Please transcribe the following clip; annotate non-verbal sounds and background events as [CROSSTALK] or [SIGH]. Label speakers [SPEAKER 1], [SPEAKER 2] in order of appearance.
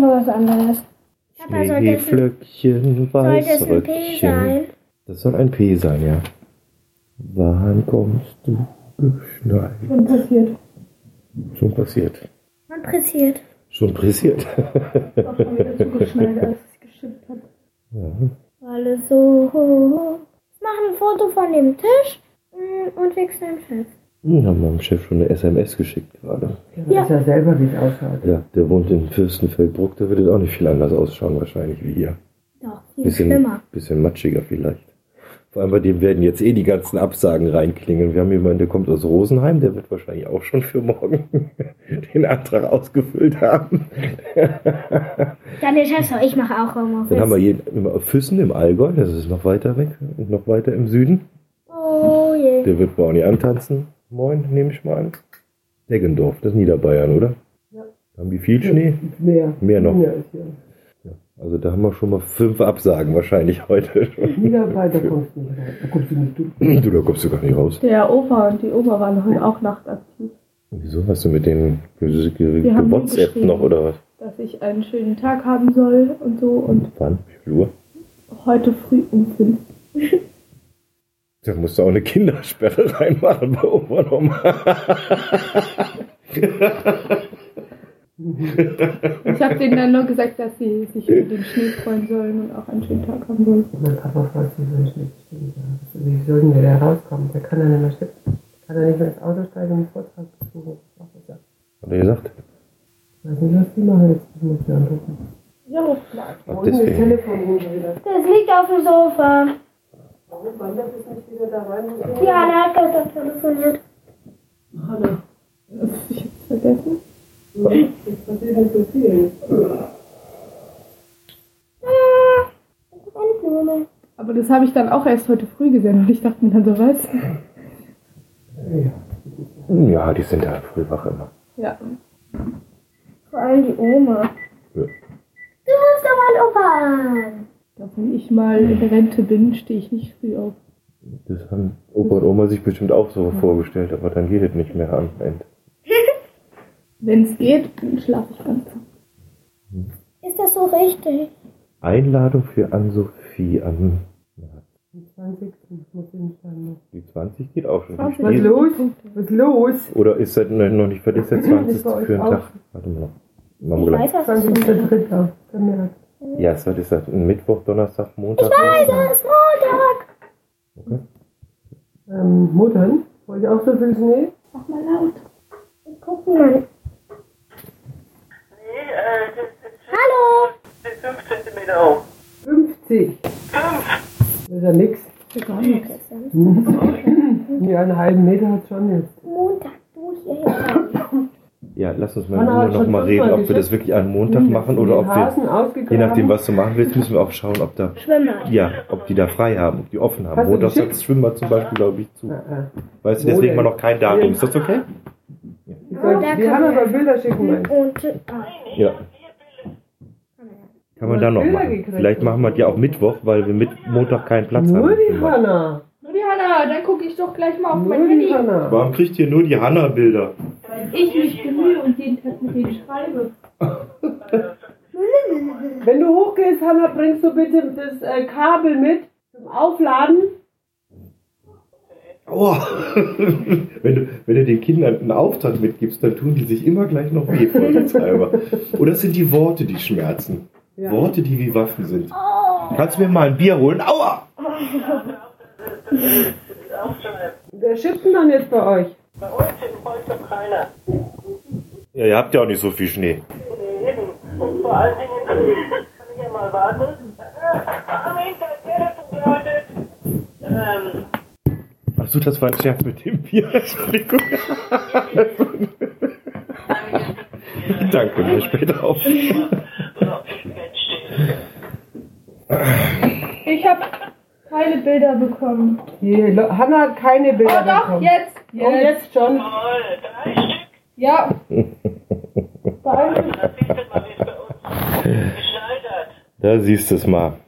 [SPEAKER 1] nur was anderes.
[SPEAKER 2] Papa, soll das, ein,
[SPEAKER 3] Schneeflöckchen,
[SPEAKER 2] soll das ein P
[SPEAKER 3] Weißröckchen.
[SPEAKER 2] sein?
[SPEAKER 3] Das soll ein P sein, ja. Wann kommst du geschneit?
[SPEAKER 1] Schon passiert.
[SPEAKER 3] Schon passiert.
[SPEAKER 2] Man pressiert.
[SPEAKER 3] Schon passiert. [LAUGHS]
[SPEAKER 1] Ich hab schon wieder zugeschnallt, als ich geschippt habe.
[SPEAKER 3] ja.
[SPEAKER 2] Alle so. Machen ein Foto von dem Tisch mm, und wechseln fest.
[SPEAKER 3] Wir Hm, haben meinem Chef schon eine SMS geschickt gerade.
[SPEAKER 2] Ja.
[SPEAKER 4] Ja. Ist ja selber, wie es ausschaut.
[SPEAKER 3] Ja, der wohnt in Fürstenfeldbruck, da wird es auch nicht viel anders ausschauen wahrscheinlich wie hier.
[SPEAKER 2] Doch, viel
[SPEAKER 3] Bisschen,
[SPEAKER 2] schlimmer.
[SPEAKER 3] bisschen matschiger vielleicht. Vor allem bei dem werden jetzt eh die ganzen Absagen reinklingen. Wir haben jemanden, der kommt aus Rosenheim, der wird wahrscheinlich auch schon für morgen [LAUGHS] den Antrag ausgefüllt haben.
[SPEAKER 2] Dann der Chef so, ich mache auch Homeoffice.
[SPEAKER 3] Dann haben wir jeden, im Füssen im Allgäu, das ist noch weiter weg und noch weiter im Süden.
[SPEAKER 2] oh je.
[SPEAKER 3] Der wird Brownie antanzen. Moin, nehme ich mal an. Deggendorf, das ist Niederbayern, oder?
[SPEAKER 4] Ja.
[SPEAKER 3] Haben die viel Schnee?
[SPEAKER 4] Mehr.
[SPEAKER 3] Mehr noch.
[SPEAKER 4] Mehr ist hier.
[SPEAKER 3] Also da haben wir schon mal fünf Absagen wahrscheinlich heute.
[SPEAKER 1] [LAUGHS]
[SPEAKER 4] Niederball, da kommst du nicht rein. Da kommst du nicht durch.
[SPEAKER 3] Du, da kommst du gar nicht raus.
[SPEAKER 1] Der Opa und die Oma waren heute auch nachtaktiv,
[SPEAKER 3] Wieso hast du mit denen ge ge
[SPEAKER 1] Wir haben
[SPEAKER 3] ge WhatsApp
[SPEAKER 1] geschrieben.
[SPEAKER 3] noch oder was?
[SPEAKER 1] dass ich einen schönen Tag haben soll und so. Und
[SPEAKER 3] Wann? Wie viel Uhr?
[SPEAKER 1] heute früh um fünf.
[SPEAKER 3] Da musst du auch eine Kindersperre [LAUGHS] reinmachen bei Oma nochmal.
[SPEAKER 1] Ich habe denen dann nur gesagt, dass sie sich über den Schnee freuen sollen und auch einen schönen Tag haben sollen.
[SPEAKER 4] Und mein Papa fragt sich, wenn ich nicht stehen darf. Wie soll denn der da rauskommen? Der kann ja nicht mehr schippen. Kann er nicht mehr ins Auto steigen und einen Vortrag besuchen. Was ist das?
[SPEAKER 3] Hat er gesagt?
[SPEAKER 4] Ich weiß nicht, was die machen jetzt. Ich muss die anrufen.
[SPEAKER 1] Ja, klar.
[SPEAKER 3] Ach,
[SPEAKER 4] Wo ist denn das
[SPEAKER 3] deswegen.
[SPEAKER 4] Telefon hin schon wieder?
[SPEAKER 2] Das liegt auf dem Sofa.
[SPEAKER 4] Warum wandert es nicht wieder da rein? Muss
[SPEAKER 2] Die Anna hat gerade telefoniert.
[SPEAKER 4] Hanna,
[SPEAKER 1] Ich hab's vergessen.
[SPEAKER 4] es passiert nicht so viel.
[SPEAKER 2] Ah, das ist eine Blume.
[SPEAKER 1] Aber das habe ich dann auch erst heute früh gesehen und ich dachte mir dann so, was?
[SPEAKER 3] Hm, Ja, die sind ja früh wach immer.
[SPEAKER 1] Ja.
[SPEAKER 2] Vor allem die Oma.
[SPEAKER 3] Ja.
[SPEAKER 2] Du rufst doch mal Opa an.
[SPEAKER 1] Ich glaub, wenn ich mal in Rente bin, stehe ich nicht früh auf.
[SPEAKER 3] Das haben Opa und Oma sich bestimmt auch so vorgestellt, aber dann geht es nicht mehr am Ende.
[SPEAKER 1] Wenn es geht, dann schlafe ich ganz.
[SPEAKER 2] Ist das so richtig?
[SPEAKER 3] Einladung für Ann-Sophie an.
[SPEAKER 4] Am 20. muss ich hinsteigen.
[SPEAKER 3] Die 20 geht auch schon. Die
[SPEAKER 1] 20.
[SPEAKER 4] Was
[SPEAKER 3] spielt-
[SPEAKER 1] Geht.
[SPEAKER 4] los? Was los?
[SPEAKER 3] Oder ist das noch nicht fertig? Ist
[SPEAKER 4] [LAUGHS]
[SPEAKER 3] der 20.
[SPEAKER 4] Ist bei euch
[SPEAKER 3] für einen
[SPEAKER 4] auch?
[SPEAKER 3] Tag? Warte mal.
[SPEAKER 2] Ich
[SPEAKER 3] Mangula.
[SPEAKER 2] weiß, was das ist.
[SPEAKER 4] 20.03. Vermerkt.
[SPEAKER 3] Ja, es wird- ist das ein Mittwoch, Donnerstag, Montag?
[SPEAKER 2] Das ist Montag.
[SPEAKER 4] Ähm, Muttern, wollt ihr auch so viel Schnee?
[SPEAKER 1] Mach mal laut.
[SPEAKER 2] Ich guck mal.
[SPEAKER 5] Nee, äh, das ist
[SPEAKER 2] Hallo.
[SPEAKER 5] bis 5 cm hoch.
[SPEAKER 4] 50. Ah. Das ist ja nix. Mhm. Ja, einen halben Meter hat schon jetzt.
[SPEAKER 2] Montag durch hierher.
[SPEAKER 3] Ja, lass uns mal
[SPEAKER 4] Anna hat
[SPEAKER 3] nur noch
[SPEAKER 4] schon
[SPEAKER 3] mal reden,
[SPEAKER 4] fünfmal
[SPEAKER 3] ob wir das
[SPEAKER 4] geschafft.
[SPEAKER 3] wirklich an Montag machen oder ob
[SPEAKER 4] Den
[SPEAKER 3] wir,
[SPEAKER 4] Hasen
[SPEAKER 3] je
[SPEAKER 4] ausgegraben.
[SPEAKER 3] nachdem, was du machen willst, müssen wir auch schauen, ob da,
[SPEAKER 2] Schwimmer.
[SPEAKER 3] ja, ob die da frei haben, ob die offen haben.
[SPEAKER 4] Hast du
[SPEAKER 3] Montags hat
[SPEAKER 4] geschickt?
[SPEAKER 3] das Schwimmbad zum Beispiel, glaube ich, zu.
[SPEAKER 4] Ja, ja.
[SPEAKER 3] Weißt du,
[SPEAKER 4] Wo
[SPEAKER 3] deswegen mal
[SPEAKER 4] denn?
[SPEAKER 3] noch kein Datum. Ist das okay?
[SPEAKER 4] Ich
[SPEAKER 1] Oh,
[SPEAKER 4] soll,
[SPEAKER 2] Da
[SPEAKER 4] wir
[SPEAKER 2] kann
[SPEAKER 4] haben
[SPEAKER 2] man-
[SPEAKER 4] aber Bilder schicken, meinst du?
[SPEAKER 2] Und äh, ah,
[SPEAKER 3] Ja. Kann man
[SPEAKER 4] Du
[SPEAKER 3] da
[SPEAKER 4] hast
[SPEAKER 3] noch
[SPEAKER 4] Bilder
[SPEAKER 3] machen.
[SPEAKER 4] gekriegt.
[SPEAKER 3] Vielleicht machen wir es ja auch Mittwoch, weil wir mit Montag keinen Platz
[SPEAKER 4] Nur
[SPEAKER 3] haben.
[SPEAKER 4] die Hanna.
[SPEAKER 1] Nur die Hanna, dann gucke ich doch gleich mal auf mein
[SPEAKER 4] Nur die
[SPEAKER 1] Handy.
[SPEAKER 4] Hanna.
[SPEAKER 3] Warum kriegt ihr nur die Hanna-Bilder?
[SPEAKER 1] Weil ich mich bemühe und jeden Tag mit denen schreibe.
[SPEAKER 4] Wenn du hochgehst, Hanna, bringst du bitte das äh, Kabel mit zum Aufladen.
[SPEAKER 3] Oh. [LAUGHS] wenn, du, wenn du den Kindern einen Auftrag mitgibst, dann tun die sich immer gleich noch weh vorsichtshalber. Oder es sind die Worte, die schmerzen.
[SPEAKER 4] Ja. Oh.
[SPEAKER 3] Worte, die wie Waffen sind. Kannst du mir mal ein Bier holen? Aua!
[SPEAKER 5] Auch schon eine-
[SPEAKER 4] Wer schippt denn dann jetzt bei euch?
[SPEAKER 5] Bei uns im Holz doch keiner.
[SPEAKER 3] Ja, ihr habt ja auch nicht so viel Schnee.
[SPEAKER 5] Nee, eben. Und vor allen Dingen, kann ich ja mal warten. Äh, Am Internet bedeutet, ähm,
[SPEAKER 3] Achso, das war ein Scherz mit dem Bier. Entschuldigung. Danke, bis später auf.
[SPEAKER 5] oder ob ich im Bett stehe.
[SPEAKER 1] Ich habe keine Bilder bekommen.
[SPEAKER 4] Hier, Lo- Hanna hat keine Bilder
[SPEAKER 1] Oh doch,
[SPEAKER 4] bekommen.
[SPEAKER 1] jetzt.
[SPEAKER 4] Oh, jetzt schon.
[SPEAKER 5] Toll, drei Stück.
[SPEAKER 4] [LAUGHS]
[SPEAKER 1] Ja.
[SPEAKER 5] Das ist mal, wie es bei uns geschneidert.
[SPEAKER 3] Da siehst du es mal.